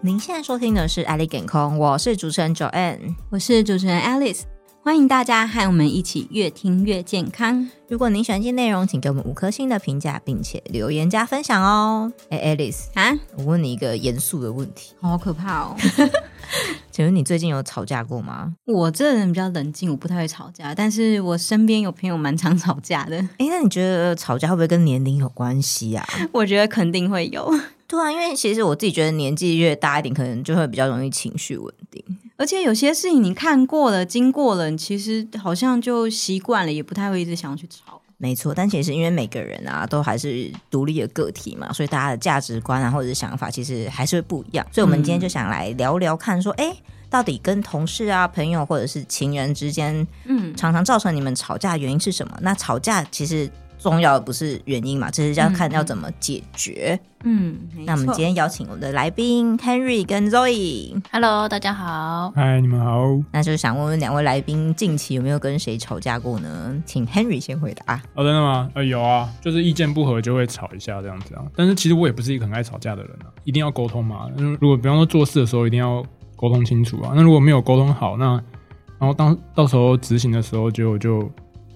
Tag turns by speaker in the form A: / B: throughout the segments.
A: 您现在收听的是《Ali 健空》，我是主持人 Joanne。
B: 我是主持人 Alice，欢迎大家和我们一起越听越健康。
A: 如果您喜欢今天内容，请给我们五颗星的评价，并且留言加分享哦。哎、a l i c e
B: 啊，
A: 我问你一个严肃的问题，
B: 好可怕哦！
A: 请问你最近有吵架过吗？
B: 我这个人比较冷静，我不太会吵架，但是我身边有朋友蛮常吵架的，
A: 哎、那你觉得吵架会不会跟年龄有关系啊？
B: 我觉得肯定会有。
A: 对啊，因为其实我自己觉得年纪越大一点，可能就会比较容易情绪稳定。
B: 而且有些事情你看过了、经过了，你其实好像就习惯了，也不太会一直想要去吵。
A: 没错，但其实因为每个人啊都还是独立的个体嘛，所以大家的价值观啊或者是想法其实还是会不一样。所以我们今天就
B: 嗯
A: 想来聊聊看说，哎、到底跟同事啊、朋友或者是情人之间，
B: 嗯，
A: 常常造成你们吵架的原因是什么？那吵架其实。重要的不是原因嘛，只是要看要怎么解决。
B: 嗯，没
A: 那我们
B: 错
A: 今天邀请我们的来宾 Henry 跟 Zoe，
C: Hello，大家好。
D: 嗨，你们好。
A: 那就是想问问两位来宾近期有没有跟谁吵架过呢？请 Henry 先回答。
D: 哦，真的吗？呃，有啊，就是意见不合就会吵一下这样子啊。但是其实我也不是一个很爱吵架的人啊，一定要沟通嘛。嗯如果比方说做事的时候一定要沟通清楚啊。那如果没有沟通好，那然后当到时候执行的时候，结果就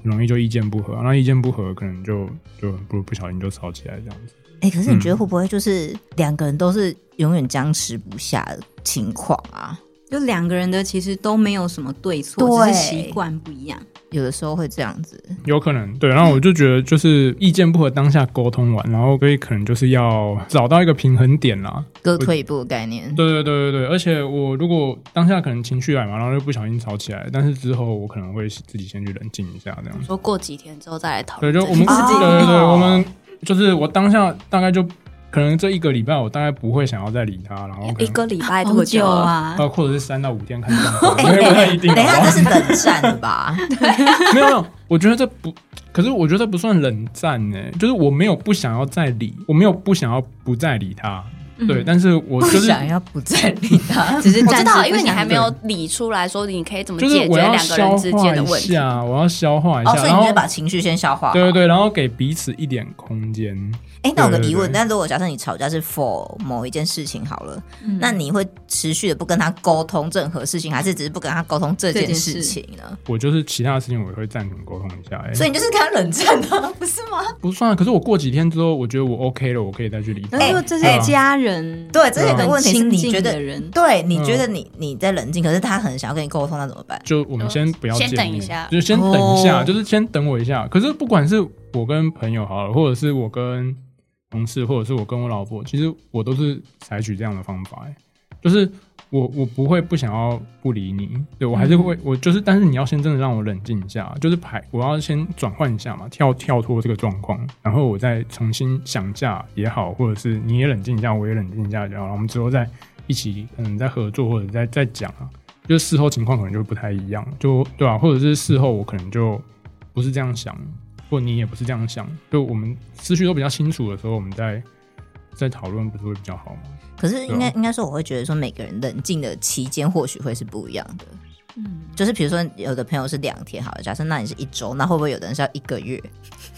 D: 很容易就意见不合、啊。那意见不合可能就就不不小心就吵起来这样子。
A: 哎、可是你觉
D: 嗯
A: 得会不会就是两个人都是永远僵持不下的情况啊？
B: 就两个人的其实都没有什么对错，
A: 对
B: 只是习惯不一样。
A: 有的时候会这样子，
D: 有可能对，然后我就觉得就是意见不合当下沟通完，然后所以可能就是要找到一个平衡点啦。
A: 各退一步的概念。
D: 对对对对对，而且我如果当下可能情绪来嘛，然后就不小心吵起来，但是之后我可能会自己先去冷静一下，这样子。
C: 说过几天之后再来讨
D: 对，
C: 论。
D: 就我们
A: 自己
D: 对对对，
A: 哦
D: 我们就是我当下大概就可能这一个礼拜，我大概不会想要再理他，然后可能
C: 一个礼拜
B: 好
C: 多
B: 久
C: 久？
B: 啊？
D: 呃，或者是三到五天看状况，因为不太一定。
A: 等一
D: 好
A: 下，这
D: 不好
A: 是冷战了吧？
D: 没有没有，我觉得这不，可是我觉得这不算冷战呢、就是我没有不想要再理，我没有不想要不再理他，对，但是我
A: 不
D: 就是
A: 想要不再理他。
B: 只是
C: 我
B: 暂
C: 知
B: 时
C: 道，
B: 不
C: 因为你
B: 想
C: 还没有理出来说你可以怎么
D: 就是
C: 解决
D: 我要
C: 两个
D: 消
C: 人之
D: 化
C: 间的
D: 一
C: 问题。
D: 下，我要消化一下，
A: 哦，所以
D: 然
A: 你
D: 后
A: 就把情绪先消化。
D: 对对。对，然后给彼此一点空间。
A: 哎、那我有个疑问，
D: 对对对
A: 那如果假设你吵架是 for 某一件事情好了，那你会持续的不跟他沟通任何事情，还是只是不跟他沟通这
B: 这
A: 件
B: 件
A: 事
B: 事
A: 情呢？
D: 我就是其他的事情我也会暂停沟通一下、欸，
A: 所以你就是跟他冷战啊，不是吗？
D: 不算啊。可是我过几天之后，我觉得我 OK 了，我可以再去理他。
B: 但是这
D: 哎
B: 是家人，
A: 对，这
D: 对
A: 个
D: 啊
A: 问
B: 很
A: 题是
B: 亲
A: 你觉
B: 近
A: 得
B: 的人，
A: 对，你觉
D: 嗯
A: 得你你在冷静，可是他很想要跟你沟通，那怎么办？
D: 就我们先不要
C: 嗯先
D: 见
C: 等一
D: 面
C: 下
D: 就是先等一下，
A: 哦
D: 就是先等我一下。可是不管是我跟朋友好了，或者是我跟同事，或者是我跟我老婆，其实我都是采取这样的方法、欸，就是我我不会不想要不理你，对我还是会、我就是，但是你要先真的让我冷静一下，就是排我要先转换一下嘛，跳跳脱这个状况，然后我再重新想架也好，或者是你也冷静一下，我也冷静一下就好，然后我们之后再一起可能再合作或者再再讲啊。就是事后情况可能就不太一样，就对吧、啊或者是事后我可能就不是这样想，或你也不是这样想，就我们思绪都比较清楚的时候，我们再再讨论不是会比较好吗？
A: 可是应
D: 对
A: 该
D: 啊
A: 应该说，我会觉得说每个人冷静的期间或许会是不一样的。
B: 嗯，
A: 就是比如说，有的朋友是两天好了，假设那你是一周，那会不会有的人是要一个月？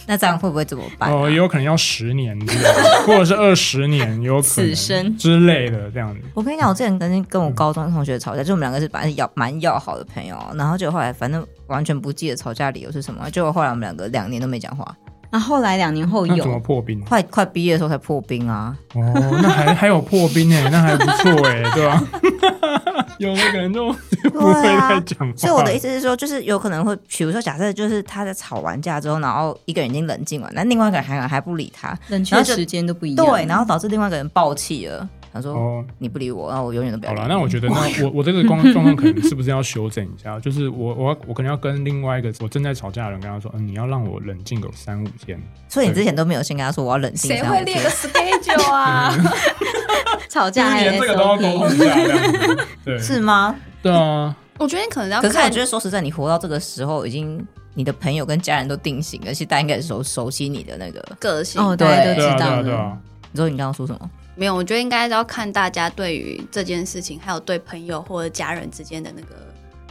A: 那这样会不会怎么办、
D: 哦，也有可能要十年之类的，或者是二十年，有可能
B: 此生
D: 之类的这样子。
A: 我跟你讲，我之前曾经跟我高中同学吵架，就我们两个是本来是要蛮要好的朋友，然后就后来反正完全不记得吵架理由是什么，结果后来我们两个两年都没讲话，
B: 那后来两年后
D: 那怎么
B: 有，
D: 破冰？啊
A: 快快毕业的时候才破冰啊。
D: 哦，那还还有破冰哎、那还不错哎、对吧、 有的可能就就不会
A: 对啊
D: 再讲话、
A: 所以我的意思是说，就是有可能会，比如说，假设就是他在吵完架之后，然后一个人已经冷静完，那另外一个人还还不理他，
B: 冷
A: 然
B: 却
A: 后就
B: 时间都不一样。
A: 对，然后导致另外一个人爆气了，他说、
D: 哦，
A: 你不理我，那我永远都不要
D: 好
A: 理
D: 了，
A: 你。
D: 那我觉得那我我这个光状况可能是不是要修正一下？ 就是我我要我可能要跟另外一个我正在吵架的人跟他说，嗯，你要让我冷静个三五天。
A: 所以你之前都没有先跟他说我要冷静，
C: 谁会 列个 schedule 啊？
B: 吵架还有 SOP，
D: 一下，这样子对，
A: 是吗？
D: 对啊，
C: 我觉得你可能要
A: 可是我
C: 看
A: 觉得说实在，你活到这个时候，已经你的朋友跟家人都定型了，其实大家应该也熟熟悉你的那个。
C: 个性。
B: 哦，
A: 对
B: 对，都
D: 对
B: 知
D: 啊，对
B: 道
D: 啊，对
B: 了。
D: 啊，
A: 你说你刚刚说什么？
C: 没有，我觉得应该是要看大家对于这件事情，还有对朋友或者家人之间的那个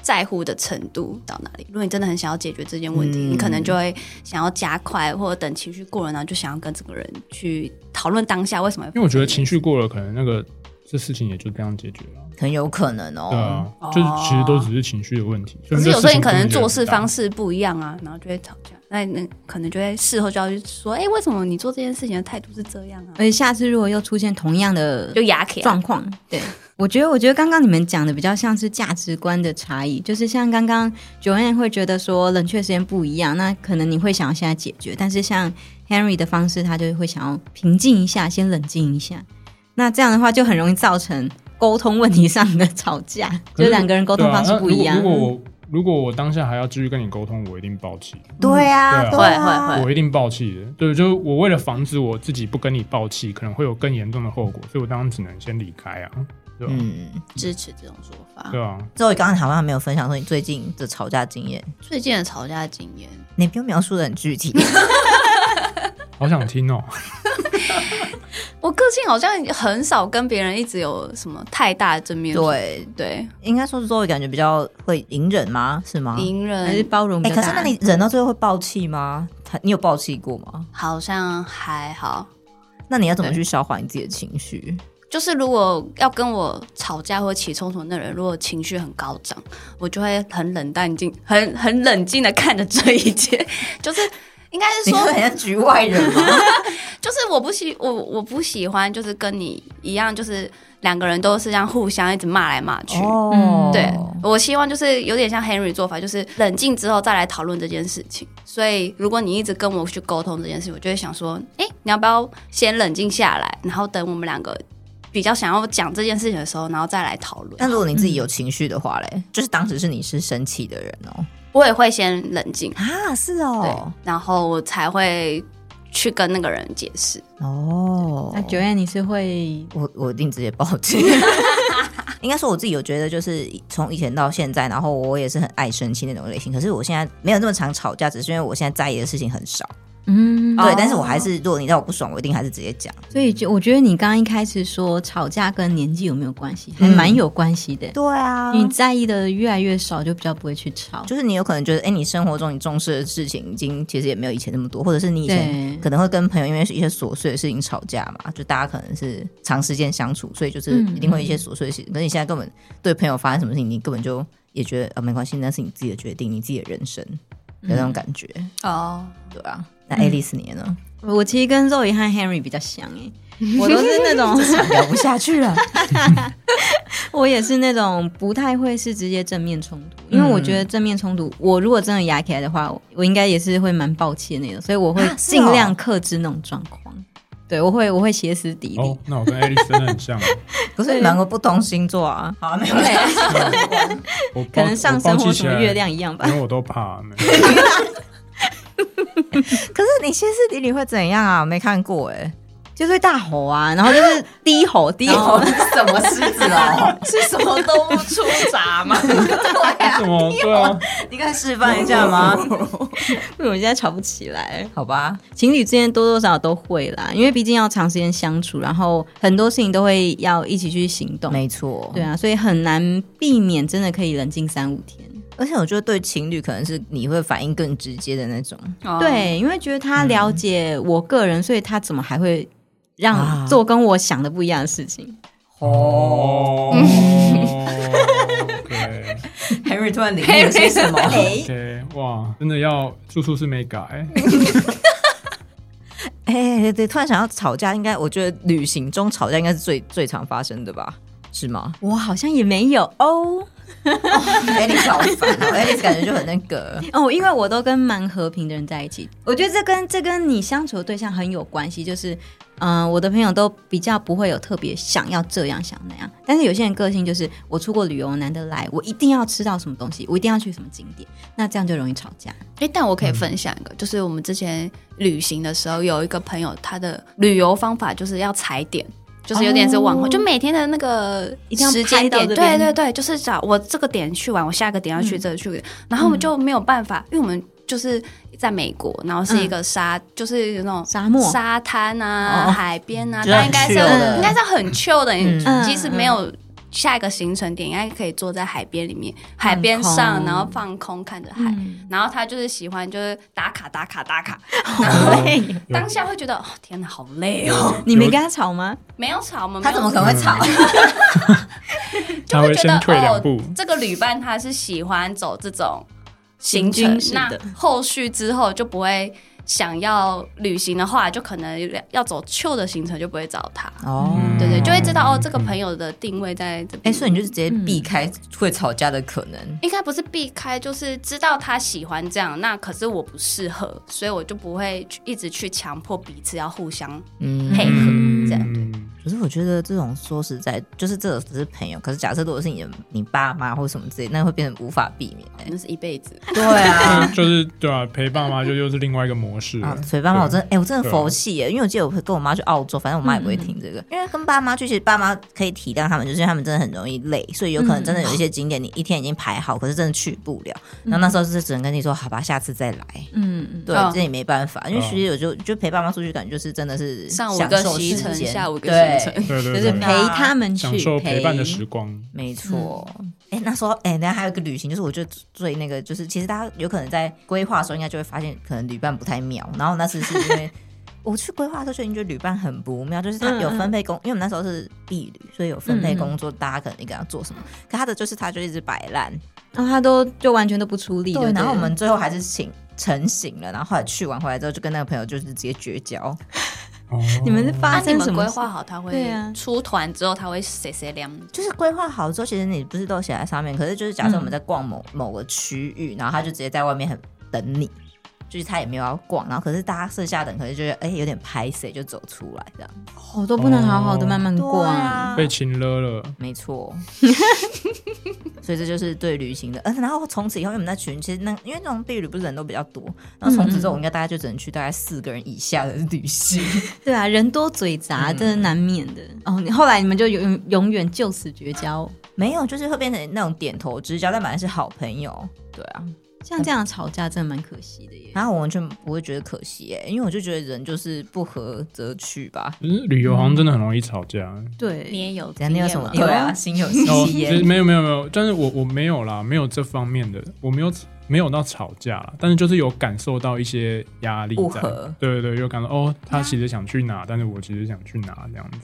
C: 在乎的程度到哪里。如果你真的很想要解决这件问题，
A: 嗯
C: 你可能就会想要加快，或者等情绪过了，然后就想要跟这个人去讨论当下为什么会发生。
D: 因为我觉得情绪过了，可能那个这事情也就这样解决了。
A: 很有可能哦。
D: 对啊，
C: 哦
D: 就是其实都只是情绪的问题。
C: 可是有时候你可能做事方
D: 式，
C: 式不一样啊，然后就会吵架。那那可能就会事后就要去说，哎、为什么你做这件事情的态度是这样啊？
B: 而且下次如果又出现同样的
C: 就牙起来。
B: 状况。对，我觉得，我觉得刚刚你们讲的比较像是价值观的差异，就是像刚刚 Joanne 会觉得说冷却时间不一样，那可能你会想要现在解决，但是像 Henry 的方式，他就会想要平静一下，先冷静一下。那这样的话就很容易造成沟通问题上的吵架，就
D: 可
B: 是两个人沟通方式不一样嗯
D: 对啊。那如果如果我如果我当下还要继续跟你沟通，我一定爆气，
A: 对啊，
D: 对啊
A: 对啊
C: 会
B: 哎
C: 会会
D: 我一定爆气的。对，就是我为了防止我自己不跟你爆气，可能会有更严重的后果，所以我当然只能先离开啊，对吧？
A: 嗯，
C: 支持这种说法。
D: 对啊，
A: 之后刚刚好像没有分享说你最近的吵架经验，
C: 最近的吵架经验，
A: 你不用描述的很具 体。
D: 好想 听哦、
C: 我个性好像很少跟别人一直有什么太大的正面冲突。
A: 对，
C: 对，
A: 应该说是周围感觉比较会隐忍吗？是吗？
C: 隐
B: 还是
C: 忍
B: 呃
C: 啊
B: 包容比
A: 哎、
B: 较
A: 可
B: 大。
A: 是那你忍到最后会爆气吗？他你有爆气过吗？
C: 好像还好。
A: 那你要怎么
C: 对
A: 去消化你自己的情绪？
C: 就是如果要跟我吵架或起冲突的那人，如果情绪很高涨，我就会很冷淡静、很很冷静的看着这一切。 就是应该
A: 你
C: 是说
A: 说，很像局外人吗？
C: 就是我不喜我我不喜欢，就是跟你一样，就是两个人都是这样互相一直骂来骂去。
A: 哦，
C: 对，我希望就是有点像 Henry 做法，就是冷静之后再来讨论这件事情。所以，如果你一直跟我去沟通这件事情，我就会想说，哎、你要不要先冷静下来，然后等我们两个比较想要讲这件事情的时候，然后再来讨
A: 那
C: 论。
A: 如果你自己有情绪的话嘞，就是当时是你是生气的人哦。
C: 我也会先冷静，
A: 啊，是
C: 对
A: 哦，，
C: 然后我才会去跟那个人解释。
A: 哦，
B: 那 Joanne 你是会
A: 我我一定直接报 警。应该说我自己有觉得，就是从以前到现在，然后我也是很爱生气那种类型。可是我现在没有那么常吵架，只是因为我现在在意的事情很少。
B: 嗯
A: 对，但是我还是，如果你让我不爽，我一定还是直接讲。
B: 所以就我觉得你刚刚一开始说吵架跟年纪有没有关系，还蛮有关系的。
A: 对啊
B: 你在意的越来越少，就比较不会去吵。
A: 就是你有可能觉得，哎、你生活中你重视的事情已经其实也没有以前那么多，或者是你以前
B: 对
A: 可能会跟朋友因为一些琐碎的事情吵架嘛，就大家可能是长时间相处，所以就是
B: 嗯
A: 一定会有一些琐碎的事情。可是你现在根本对朋友发生什么事情，你根本就也觉得啊没关系，那是你自己的决定，你自己的人生有那种感觉，
B: 嗯
C: 哦，
A: 对啊。那爱丽丝你呢？
B: 我其实跟 Zoe 和 Henry 比较像 诶、我都是那种，
A: 聊不下去了，
B: 我也是那种不太会是直接正面冲突，因为我觉得正面冲突，我如果真的压起来的话，我我应该也是会蛮抱歉那种，所以我会
A: 啊是哦
B: 尽量克制那种状况。对，我会我会歇斯底里。
D: 哦，那我跟艾丽真的很像哦，
A: 可是两个不同星座啊。好啊，没有啦。
D: 我
B: 可
D: 抱
B: 能上升或什么月，亮一样
D: 我
B: 吧
D: 抱气起来，因为我都怕。没
A: 可是你歇斯底里会怎样啊？没看过哎、
B: 就是会大吼啊，然后就是低吼低 吼，
A: 什么狮子哦？ 是什么都不出闸 吗？
D: 为什么？对啊，
A: 你可以示范一下吗？
B: 为什么现在吵不起来？
A: 好吧，
B: 情侣之间多多少少都会啦，因为毕竟要长时间相处，然后很多事情都会要一起去行动。
A: 没错，
B: 对。啊，所以很难避免真的可以冷静三五天。
A: 而且我觉得对情侣可能是你会反应更直接的那种，
C: 哦，
B: 对，因为觉得他了解我个人，所以他怎么还会
A: 啊
B: 让做跟我想的不一样的事情？
D: 哦，OK
B: 哎
A: ，Henry 突然领悟了些什 么？
D: OK，哇，真的要处处是美 改，
A: 哎、对对，突然想要吵架，应该我觉得旅行中吵架应该是最最常发生的吧？是吗？
B: 我好像也没有哦
A: 哎，你好烦 哦，哎，你感觉就很那个，
B: 哦，因为我都跟蛮和平的人在一起，我觉得这跟这跟你相处的对象很有关系，就是。嗯，我的朋友都比较不会有特别想要这样想那样，但是有些人个性就是我出国旅游难得来，我一定要吃到什么东西，我一定要去什么景点，那这样就容易吵架。
C: 哎、但我可
B: 嗯
C: 以分享一个，就是我们之前旅行的时候，有一个朋友，他的旅游方法就是要踩点，就是有点是网红，
B: 哦
C: 就每天的那个
B: 一定要
C: 时
B: 拍
C: 间点，
B: 到这
C: 对
B: 边嗯
C: 对对，就是找我这个点去玩，我下个点要去这个去，然后我就没有办法，因为我们就是在美国，然后是一个沙，就是有那种
B: 沙漠
C: 沙滩啊、
A: 哦
C: 海边啊，
A: 就是很
C: 大家应该是
A: chill 的
C: 应该是很 chill 的，你
B: 嗯
C: 即使没有下一个行程点应该可以坐在海边里面，海边
B: 放
C: 上，
B: 空
C: 然后放空看着海。然后他就是喜欢就是打卡打卡打卡，
B: 对，
D: 嗯
C: 当下会觉得哦天哪好累哦，
B: 你没跟他吵吗？
C: 没有吵，我们没
A: 他
C: 有
A: 怎么可能会吵？
C: 就
D: 他会
C: 会觉得
D: 先退两步
C: 哦，这个旅伴他是喜欢走这种
B: 行
C: 行
B: 军
C: 程
B: 式，
C: 那
B: 的
C: 后续之后就不会想要旅行的话，就可能要走旧的行程，就不会找他。
A: 哦，
D: 嗯
C: 对对，就会知道哦，这个朋友的定位在这
A: 哎，
C: 边。
A: 所以你就直接避开会吵架的可能。
C: 应该不是避开，就是知道他喜欢这样，那可是我不适合，所以我就不会去一直去强迫彼此要互相
A: 嗯，
C: 配合这样。
D: 嗯
A: 可是我觉得这种说实在，就是这只是朋友。可是假设如果是你的你爸妈或什么之类，那会变成无法避免、欸。
C: 那是一辈子，
A: 对啊，
D: 就是对啊，陪爸妈就又是另外一个模式了
A: 啊，所以爸妈我真的，哎、我真的
D: 对啊
A: 佛系耶，因为我记得我跟我妈去澳洲，反正我妈也
C: 嗯
A: 不会听这个，因为跟爸妈去，其实爸妈可以体谅他们，就是因为他们真的很容易累，所以有可能真的有
C: 嗯
A: 一些景点你一天已经排好，可是真的去不了，然后那时候就是只能跟你说，好吧，下次再来。
B: 嗯嗯，
A: 对，
C: 嗯
A: 这也没办法，因为
D: 哦
A: 其实我就就陪爸妈出去，感觉就是真的是
C: 上午一
A: 享
C: 个
A: 受
C: 行
A: 时
C: 程，
A: 间
C: 下午一个
A: 对
C: 行程。
D: 对对
B: 就是
D: 对，
B: 陪他们去
D: 享受陪伴的时光。
A: 没错，哎、那时候哎，等一下还有一个旅行，就是我觉得最那个，就是其实大家有可能在规划的时候，应该就会发现可能旅伴不太妙。然后那次是因为我去规划的时候，就已经觉得旅伴很不妙，就是他
B: 嗯
A: 有分配工，因为我们那时候是避旅，所以有分配
B: 嗯嗯
A: 工作，大家可能一个要做什么。可他的就是他就一直摆烂，
B: 然后他都就完全都不出力，
A: 对。
B: 不
A: 然后我们最后还是请成型了，然后后来去完回来之后，就跟那个朋友就是直接绝交。
D: 哦
B: 你们是发
C: 那你
B: 生什
C: 们
B: 么
C: 规
B: 事？
C: 划好他会
B: 对啊
C: 出团之后他会谁谁凉？
A: 就是规划好之后，其实你不是都写在上面，可是就是假设我们在逛某、某个区域，然后他就直接在外面很等你，就是他也没有要逛，然后可是大家剩下等，可是觉得哎、有点拍谁就走出来这样。
B: 我哦都不能好好的
D: 哦
B: 慢慢过
A: 对
B: 啊。
A: 啊，
D: 被亲了了，
A: 没错。 所以这就是对旅行的，呃，然后从此以后，因为我们那群其实那因为那种避旅不是人都比较多，然后从此之后，我应该大家就只能去大概四个人以下的旅行。
B: 对啊，人多嘴杂，这是
C: 嗯
B: 难免的。哦，你后来你们就永永远就此绝交，
A: 没有，就是会变成那种点头之交，但本来是好朋友。对啊，
B: 像这样吵架真的蛮可惜的耶。
C: 啊
A: 然后我完全不会觉得可惜哎、因为我就觉得人就是不合则去吧。
D: 就是嗯旅游好像真的很容易吵架。
B: 嗯
C: 你
B: 对，
C: 也有
A: 怎样？你有什么？
C: 经
A: 对
C: 验吗
A: 啊，心有戚
D: 哦，
A: 戚
D: 就是
A: 焉。
D: 没有没有没有，但是我我没有啦，没有这方面的，我没有没有到吵架啦，但是就是有感受到一些压力
A: 不
D: 在
A: 合，
D: 对对对，有感到哦，他其实想去哪，但是我其实想去哪这样子，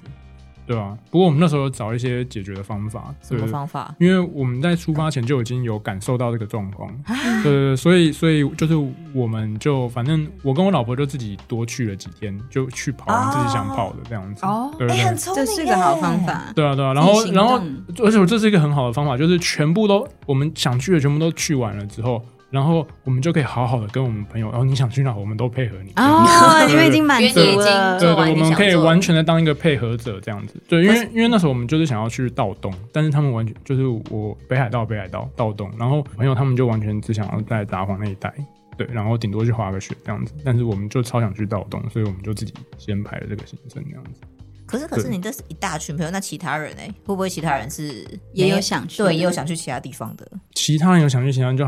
D: 对啊。不过我们那时候有找一些解决的方法，
A: 什么
D: 对
A: 方法？
D: 因为我们在出发前就已经有感受到这个状况，
B: 啊
D: 对对对，所以所以就是我们就反正我跟我老婆就自己多去了几天，就去跑我们自己想跑的这样子，
B: 哦
D: 对对对。
A: 聪
B: 这是个好方。法。
D: 对啊，对啊，然后
B: 自己行
D: 然后
B: 动，
D: 而且我这是一个很好的方法，就是全部都我们想去的全部都去完了之后，然后我们就可以好好的跟我们朋友，然、后你想去哪，我们都配合你。
B: 哦，你们已经满足
C: 因为你已经
B: 了，
D: 对
C: 做
D: 对，
C: 完
D: 我
C: 你
D: 们
C: 想
D: 可以
C: 做的
D: 完全的当一个配合者这样子。对，因为因为那时候我们就是想要去道东，但是他们完全就是我北海道北海道道东，然后朋友他们就完全只想要在札幌那一带，对，然后顶多去滑个雪这样子。但是我们就超想去道东，所以我们就自己先排了这个行程这样子。
A: 可是可是你这是一大群朋友，那其他人哎、会不会其他人是
B: 也有
A: 没
B: 想去的
A: 对，也有想去其他地方的
D: 其他人有想去，其他人就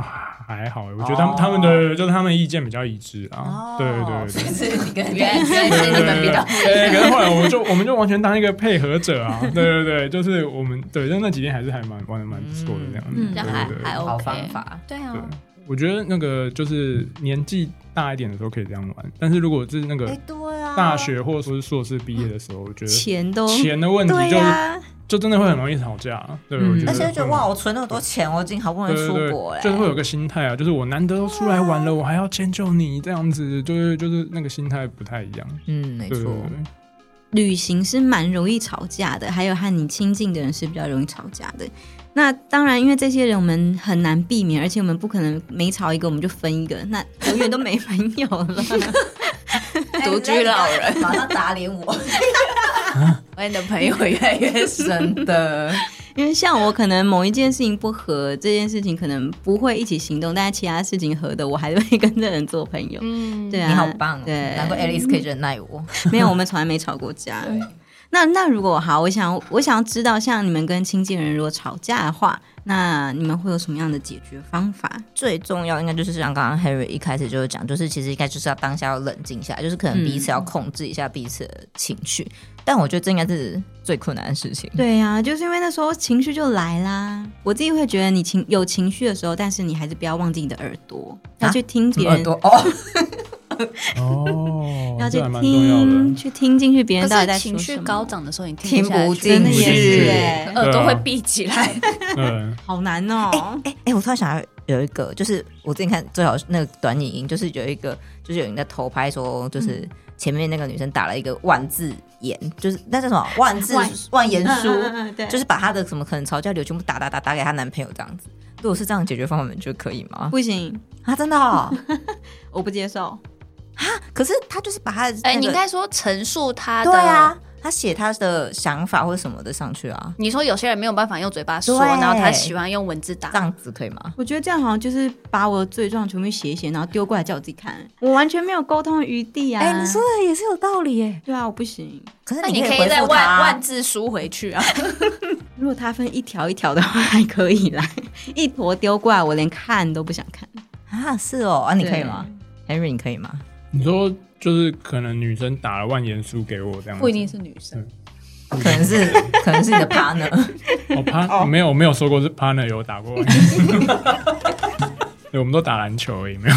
D: 还好，欸我觉得他们、
A: 哦
D: 他们的就是他们意见比较一致啊
A: 哦。
D: 对对对。
A: 所以你跟
C: 原来
A: 对
C: 是你们比较
D: 对，可是后来我们就我们就完全当一个配合者啊，对对对，就是我们对，但那几天还是还蛮玩的蛮不错的这样子，
B: 嗯
D: 对
C: 这样
D: 对
C: 还
D: 对
C: 还 OK，
A: 好方法。
C: 对啊
D: 对，，我觉得那个就是年纪大一点的时候可以这样玩，但是如果是那
A: 哎、
D: 个
A: 对啊，
D: 大学或者说是硕士毕业的时候，我觉得
B: 钱都
D: 钱的问题
B: 对
D: 就
B: 呀，
D: 就真的会很容易吵架，对，
B: 嗯
D: 我觉得
A: 而
D: 会。
A: 且就觉得哇，我存那么多钱，我已经好不容
D: 对
A: 易
D: 对
A: 出
D: 对
A: 国嘞、
D: 就是会有个心态啊，就是我难得都出来玩了，我还要迁就你这样子，就是就是那个心态不太一样，
A: 嗯，没
D: 对
A: 错
D: 对，对。
B: 旅行是蛮容易吵架的，还有和你亲近的人是比较容易吵架的。那当然，因为这些人我们很难避免，而且我们不可能每吵一个我们就分一个，那永远都没朋友了。
C: 独居老人，
A: 马上打脸 我，
C: 我你的朋友越来越少。
A: 真的。
B: 因为像我可能某一件事情不合，这件事情可能不会一起行动，但是其他事情合的，我还会跟这人做朋友。
C: 嗯，
B: 对啊，
A: 你好棒、哦，
B: 对
A: 难怪 Alice 可以忍耐我。
B: 没有，我们从来没吵过架。那那如果好，我想我想要知道，像你们跟亲近人如果吵架的话，那你们会有什么样的解决方法？
A: 最重要应该就是像刚刚 Harry 一开始就是讲，就是其实应该就是要当下要冷静下来，就是可能
B: 嗯
A: 彼此要控制一下彼此的情绪。但我觉得这应该是最困难的事情。
B: 对呀、就是因为那时候情绪就来啦。我自己会觉得，你情有情绪的时候，但是你还是不要忘记你的耳朵，
A: 啊
B: 要去听
A: 你
B: 别
A: 耳
B: 人，
A: 朵哦，
D: 哦，
B: 要去
D: 这还蛮重要
B: 听，
D: 的。
B: 去听进去别人到
C: 可
B: 底
C: 是
B: 在
C: 情
B: 说什
C: 绪
B: 么。
C: 高涨的时候，你听
A: 听不
C: 不
A: 进
B: 真的也
A: 去
B: 是
D: 对
B: 耶
C: 耳朵
D: 对啊
C: 会闭 起来。
D: 对，
B: 好难哦、
A: 哎、哎，我突然想到有一个，就是我之前看最好那个短影音，就是有一个，就是有人在偷拍说，
B: 嗯
A: 就是前面那个女生打了一个万字言，就是那叫什么万字
B: 万
A: 万言书，
B: 嗯嗯嗯对，
A: 就是把她的什么可能吵架流全部打打打打给她男朋友这样子。如果是这样的解决方法，你觉得可以吗？
B: 不行，
A: 啊，真的、哦？
B: 我不接受。
A: 可是她就是把她的、那个
C: 哎，你应该说陈述他的。
A: 对啊，她写她的想法或什么的上去啊，
C: 你说有些人没有办法用嘴巴说，
A: 对
C: 然后他喜欢用文字
A: 这
C: 打。
A: 样子可以吗？
B: 我觉得这样好像就是把我的罪状全部写一写，然后丢过来叫我自己看，我完全没有沟通余地啊。
A: 哎、你说的也是有道理耶。
B: 对啊，我不行。
A: 可是
C: 那你
A: 可
C: 可
A: 以
C: 以
A: 回
C: 再
A: 复
C: 万
A: 她啊
C: 万字书回去啊！
B: 如果它分一条一条的话，还可以啦。一坨丢过来，我连看都不想看。
A: 啊，是哦，啊，你可以
B: 对
A: 吗？Henry，你可以吗？
D: 你说就是可能女生打了万言书给我这样子，
C: 不一定是女生，
A: 可能是，可能是你的 partner。
D: 我哦趴没有没有说过是 partner 有打过万言书，对，我们都打篮球而已，没有。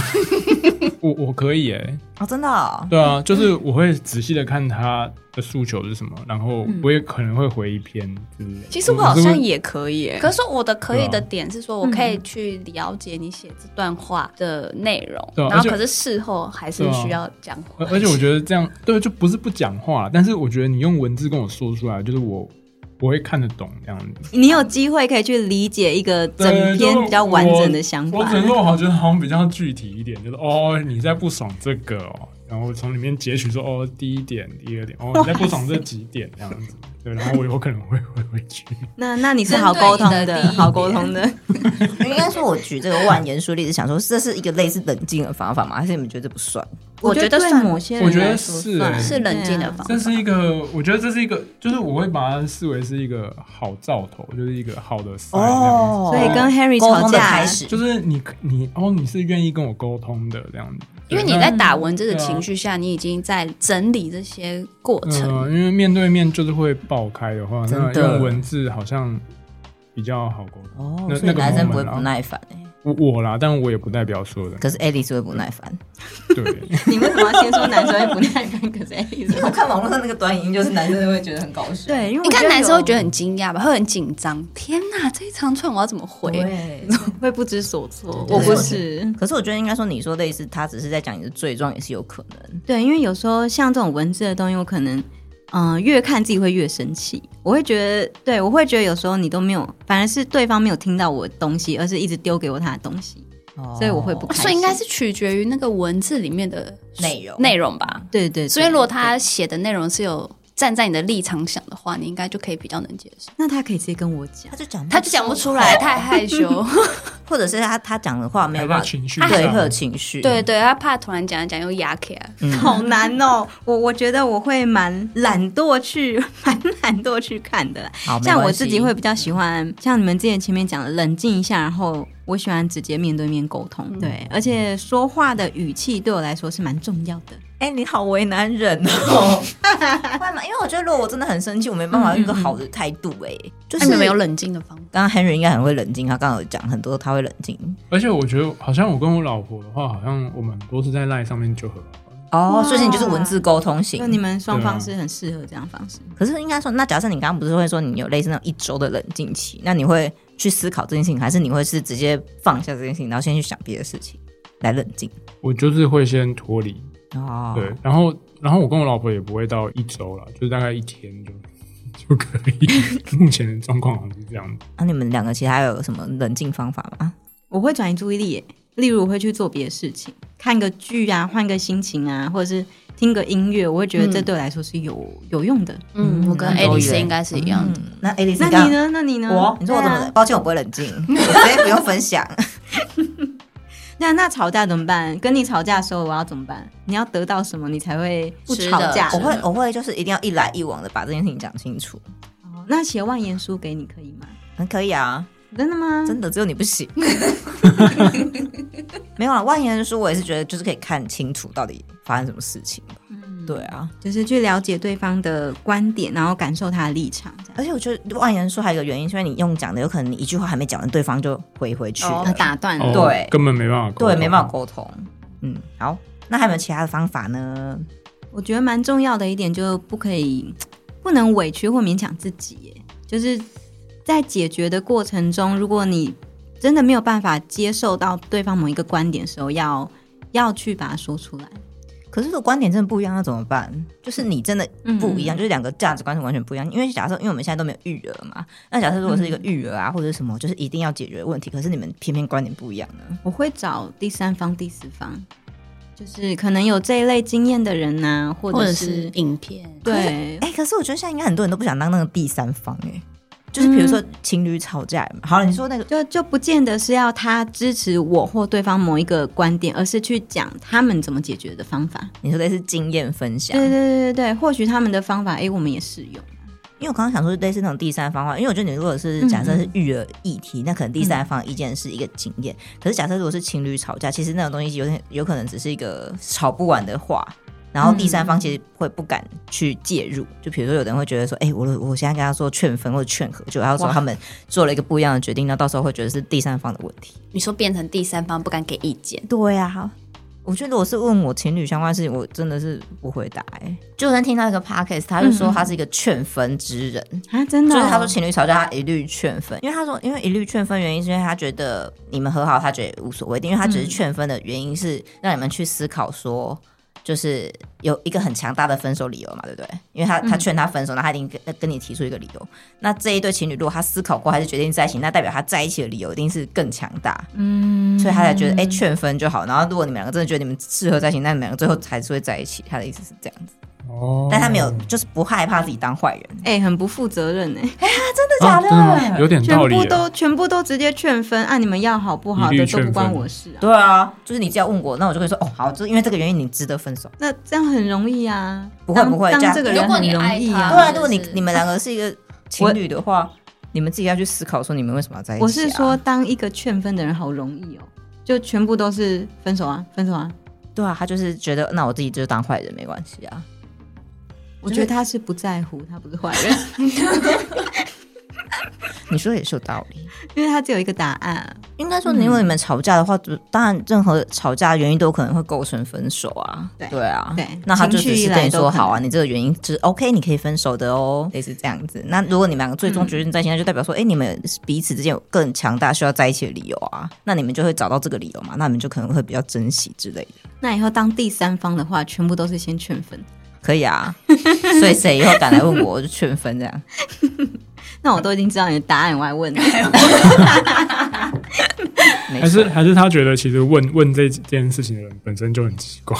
D: 我我可以哎、
A: 哦，真的哦，
D: 对啊，就是我会仔细的看他的诉求是什么，然后我也可能会回一篇之类的。
E: 其实我好像
D: 是
E: 也可以、欸，
C: 可是我的可以
D: 对
C: 的
D: 啊
C: 点是说，我可以去了解你写这段话的内容，
D: 对啊
C: 然
D: 而且
C: 后可是事后还是
D: 对啊
C: 需要讲话。
D: 而而且我觉得这样对，就不是不讲话，但是我觉得你用文字跟我说出来，就是我我会看得懂这样子。
B: 你有机会可以去理解一个整篇比较完整的想
D: 我
B: 法
D: 只。能说，我好像觉得好像比较具体一点，就是哦，你在不爽这个哦，然后从里面截取说哦，第一点、第二点，哦，你在不爽这几点这样子。对，然后我有可能会回回 去。
B: 那那你是好沟通
C: 针对你的第一
B: 的，
C: 点
B: 好沟通的。
A: 应该说，我举这个万言书例子，想说这是一个类似冷静的方法吗？还是你们觉得这不算？
C: 我觉
B: 对
C: 得算
B: 某些
D: 我
B: 人
D: 觉得
B: 来说
D: 是
B: 算
D: 欸
C: 是冷静的
B: 对啊
C: 方法
D: 这，是一个，我觉得这是一个，就是我会把它视为是一个好兆头，就是一个好的 sign 这样子
A: 哦，
B: 所以跟 Harry
A: 沟
B: 吵
A: 通的
B: 架
A: 开，始，
D: 就是你你哦，你是愿意跟我沟通的这样子，
C: 因为你
D: 对那
C: 在打文字的
D: 对啊
C: 情绪下，你已经在整理这些过程。
D: 嗯，因为面对面就是会爆开的话，
A: 真
D: 那
A: 的
D: 用文字好像比较好沟通。
A: 哦
D: 那，
A: 所以
D: 那个
A: 男生不会
D: moment 啊
A: 不耐烦欸
D: 我我啦，但我也不代表说的，
A: 可是 Alice 会不耐烦。
D: 对，
B: 你为什么要先说男生会不耐烦？可是 Alice
A: 我看网络上那个短影音，就是男生会觉得很搞笑。
B: 对，因为我
C: 你看
B: 觉得
C: 男生会觉得
B: 有
C: 很惊讶吧，会很紧张。天哪，这一长串我要怎么回？
A: 对。
B: 会不知所措，
A: 对
B: 我
A: 对
B: 不是。
A: 可是我觉得应该说，你说类似他只是在讲你的罪状，也是有可能。
B: 对，因为有时候像这种文字的东西，我可能嗯、呃越看自己会越生气。我会觉得，对我会觉得有时候你都没有，反而是对方没有听到我的东西，而是一直丢给我他的东西。
A: 哦
B: 所以我会不开心
C: 所以应该是取决于那个文字里面的
A: 内容
C: 内容吧。
B: 对对对
C: 所以如果他写的内容是有站在你的立场想的话，你应该就可以比较能接受。
B: 那他可以直接跟我讲
A: 他，就讲，
C: 他就讲不出来，太害 羞。
A: 或者是他他讲的话没有办
D: 还
A: 法
D: 在情绪
A: 对，
D: 上
A: 会有情绪。嗯
C: 对对，他怕突然讲一讲又压起来。
B: 好难哦。 我我觉得我会蛮懒惰去， 蛮懒惰去看的啦。
A: 哦好，没
B: 像我
A: 关系
B: 自己会比较喜欢，像你们之前前面讲的，冷静一下，然后我喜欢直接面对面沟通，对，而且说话的语气对我来说是蛮重要的。
A: 哎、你好为难人哦， 会吗？因为我觉得如果我真的很生气，我没办法用一个好的态度、哎，就
C: 那
A: 是
C: 你们有冷静的方法？
A: 刚刚 Henry 应该很会冷静，他刚刚有讲很多他会冷静
D: 而且我觉得好像我跟我老婆的话，好像我们都是在赖上面就和好了。
A: 哦
B: 哇，
A: 所以你就是文字沟通型
B: 就。你们双方
D: 对
B: 是很适合这样方式。
A: 可是应该说，那假设你刚刚不是会说你有类似那种一周的冷静期，那你会去思考这件事情，还是你会是直接放下这件事情，然后先去想别的事情来冷静？
D: 我就是会先脱离，
A: 哦，
D: 对，然后然后我跟我老婆也不会到一周了，就是大概一天就就可以。 目前的状况好像是这样子。
A: 那、你们两个其他还有什么冷静方法吗？
B: 我会转移注意力耶，例如我会去做别的事情，看个剧啊，换个心情啊，或者是听个音乐，我会觉得这对我来说是有、有用的。
C: 嗯，我跟
A: 嗯
C: Alice
A: 都有
C: 应该是一样的。
A: 嗯，那 Alice，
B: 那
A: 刚
B: 你呢？那你呢？
A: 啊我，你说我怎么
B: 对
A: 冷？
B: 啊？
A: 抱歉，我不会冷静，我直接不用分享。
B: 那那吵架怎么办？跟你吵架的时候，我要怎么办？你要得到什么，你才会不
C: 是
B: 吵
C: 的
B: 架？
A: 我会我会就是一定要一来一往的把这件事情讲清楚。
B: 哦那写万言书给你可以吗？
A: 嗯，可以啊，
B: 真的吗？
A: 真的只有你不 行。没有啊，万言书我也是觉得就是可以看清楚到底发生什么事情吧。
B: 嗯
A: 对啊，
B: 就是去了解对方的观点，然后感受他的立场，这样
A: 而且我觉得万言书还有一个原因，是因为你用讲的，有可能你一句话还没讲完，对方就回回去了，
C: 哦
B: 啊打断
D: 哦
B: 了。
A: 对
D: 根本没办法沟通，
A: 对，没办法沟通。嗯，好，那还有没有其他的方法呢？
B: 我觉得蛮重要的一点，就不可以不能委屈或勉强自己耶，就是在解决的过程中，如果你真的没有办法接受到对方某一个观点的时候，要要去把它说出来。
A: 可是如果观点真的不一样，那怎么办？就是你真的不一样，就是两个价值观是完全不一样。因为假设，因为我们现在都没有育儿嘛，那假设如果是一个育儿啊，或者什么，就是一定要解决的问题，可是你们偏偏观点不一样呢？
B: 我会找第三方、第四方，就是可能有这一类经验的人呐、或
C: 嗯或
B: 者
C: 者
B: 是
C: 是影片，
B: 对。
A: 哎、可是我觉得现在应该很多人都不想当那个第三方、哎，嗯就是比如说情侣吵架，好了，你说那个
B: 就就不见得是要他支持我或对方某一个观点，而是去讲他们怎么解决的方法。
A: 你说类似经验分享，
B: 对对对对对，或许他们的方法，哎、我们也适用。
A: 因为我刚刚想说类似那种第三方话，因为我觉得你如果是假设是育儿议题，那可能第三方意见是一个经验。可是假设如果是情侣吵架，其实那种东西有点有可能只是一个吵不完的话，然后第三方其实会不敢去介入。就比如说有的人会觉得说，哎、我我现在跟他说劝分或者劝和，就他说他们做了一个不一样的决定，那到时候会觉得是第三方的问题。
C: 你说变成第三方不敢给意见，
A: 对啊，我觉得我是问我情侣相关的事情，我真的是不回答、嗯欸。就算听到一个 podcast，他就说他是一个劝分之人。
B: 啊，真的、
A: 就
B: 哦，
A: 是他说情侣吵架，他一律劝分，因为他说，因为一律劝分原因是因为他觉得你们和好，他觉得无所谓，因为他只是劝分的原因是让你们去思考说，就是有一个很强大的分手理由嘛，对不对？因为他他劝他分手，那他一定跟跟你提出一个理由。那这一对情侣如果他思考过还是决定在一起，那代表他在一起的理由一定是更强大，嗯，所以他才觉得哎、劝分就好。然后如果你们两个真的觉得你们适合在一起，那你们两个最后还是会在一起。他的意思是这样子，
D: 哦，
A: 但他没有就是不害怕自己当坏人，
B: 哎、很不负责任哎、
A: 真的假
D: 啊
A: 的？
D: 真的吗有点道
B: 全
D: 理
B: 部
D: 耶，
B: 都全部都直接劝分，啊，你们要好不好
D: 一律
B: 的都
D: 劝
B: 不关
D: 分
B: 我事啊。
A: 对啊，就是你只要问我，那我就会说哦，好，就是因为这个原因你值得分手。
B: 那这样很容易啊，
A: 不会
B: 当
A: 不会这
B: 当
A: 样
B: 这个
C: 如
B: 人
C: 果
B: 很
C: 你
B: 容
C: 爱
B: 易
C: 他
B: 啊。
A: 对啊，如果你
C: 是
A: 你们两个是一个情侣的话，你们自己要去思考说你们为什么要在一起、啊。
B: 我是说，，当一个劝分的人好容易哦，就全部都是分手啊，分手啊。
A: 对啊，他就是觉得那我自己就是当坏人没关系啊。
B: 我觉得他是不在乎，他不是坏人，
A: 你说的也是有道理。
B: 因为他只有一个答案啊。
A: 应该说，如果你们吵架的话，就当然任何吵架的原因都有可能会构成分手啊。
B: 对
A: 啊，
B: 对
A: 那他就只
B: 情绪一
A: 是
B: 来
A: 跟你
B: 都
A: 说
B: 可能
A: 好啊，你这个原因就是 OK，你可以分手的哦，类似这样子。那如果你们两个最终决定在一起，那就代表说，哎、你们彼此之间有更强大需要在一起的理由啊，那你们就会找到这个理由嘛，那你们就可能会比较珍惜之类的。
B: 那以后当第三方的话，全部都是先劝分，
A: 可以 啊，所以谁以后敢来问我，我就劝分这样。
B: 那我都已经知道你的答案，我 还问你，
A: 哎没
D: 还
A: 事
D: 是还是他觉得其实问问这件事情的人本身就很奇怪，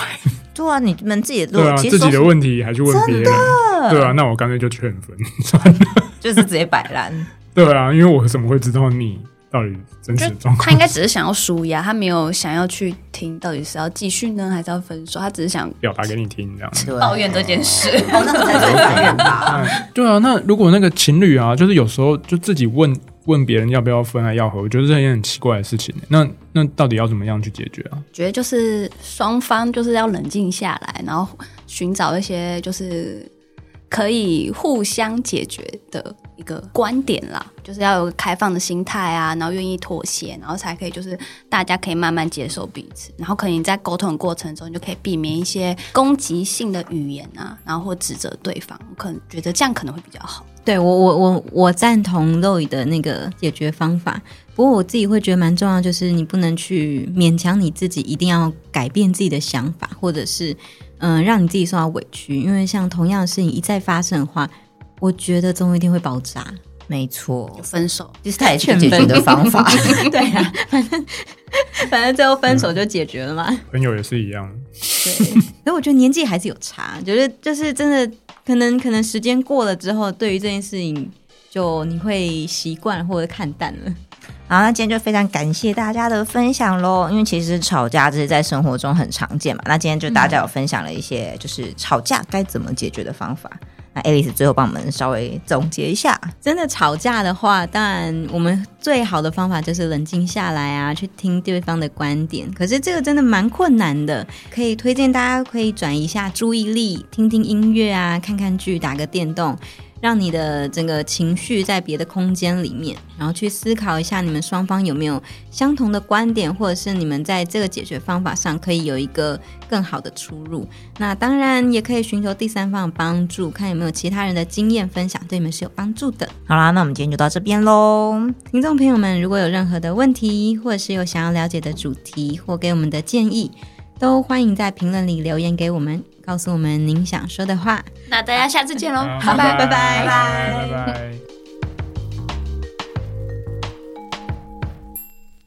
A: 对啊，你们自己如
D: 对
A: 果
D: 啊，
A: 其
D: 自
A: 实
D: 己
A: 说
D: 的问题还去问别人，对啊，那我干脆就劝分，
A: 就是直接摆烂。
D: 对啊，因为我怎么会知道你到底真
C: 就
D: 实状
C: 他
D: 况？
C: 应该只是想要舒压，他没有想要去听到底是要继续呢，还是要分手，他只是想
D: 表达给你听这样子。
A: 对，
C: 抱怨这件事。
A: 哦，那个才最反怨吧。
D: 哎对啊，那如果那个情侣啊，就是有时候就自己问问别人要不要分还要和，我觉得这是一件很奇怪的事情。那那到底要怎么样去解决啊？
C: 觉得就是双方就是要冷静下来，然后寻找一些就是可以互相解决的一个观点啦，就是要有个开放的心态啊，然后愿意妥协，然后才可以就是大家可以慢慢接受彼此，然后可能你在沟通的过程中，你就可以避免一些攻击性的语言啊，然后或指责对方，我可能觉得这样可能会比较好。
B: 对我我我我赞同肉 o 的那个解决方法，不过我自己会觉得蛮重要，就是你不能去勉强你自己一定要改变自己的想法，或者是嗯、呃让你自己受到委屈，因为像同样的事情一再发生的话，我觉得总有一天会爆炸。
A: 没错，
C: 分手，
A: 其实他也是个解决的方法。
B: 对啊，反正反正最后分手就解决了嘛。
D: 朋友也是一样，
B: 对， 所以我觉得年纪还是有差，就是就是真的，可能可能时间过了之后，对于这件事情，就你会习惯或者看淡了。
A: 好，那今天就非常感谢大家的分享喽，因为其实吵架这是在生活中很常见嘛。那今天就大家有分享了一些就是吵架该怎么解决的方法。那 Alice 最后帮我们稍微总结一下，
B: 真的吵架的话，当然我们最好的方法就是冷静下来啊，去听对方的观点。可是这个真的蛮困难的，可以推荐大家可以转移一下注意力，听听音乐啊，看看剧，打个电动，让你的整个情绪在别的空间里面，然后去思考一下你们双方有没有相同的观点，或者是你们在这个解决方法上可以有一个更好的出入。那当然也可以寻求第三方的帮助，看有没有其他人的经验分享，对你们是有帮助的。
A: 好啦，那我们今天就到这边喽。
B: 听众朋友们，如果有任何的问题，或者是有想要了解的主题，或给我们的建议，都欢迎在评论里留言给我们，告诉我们您想说的话。
C: 那大家下次见喽，
D: 好
C: 拜
D: 拜拜拜拜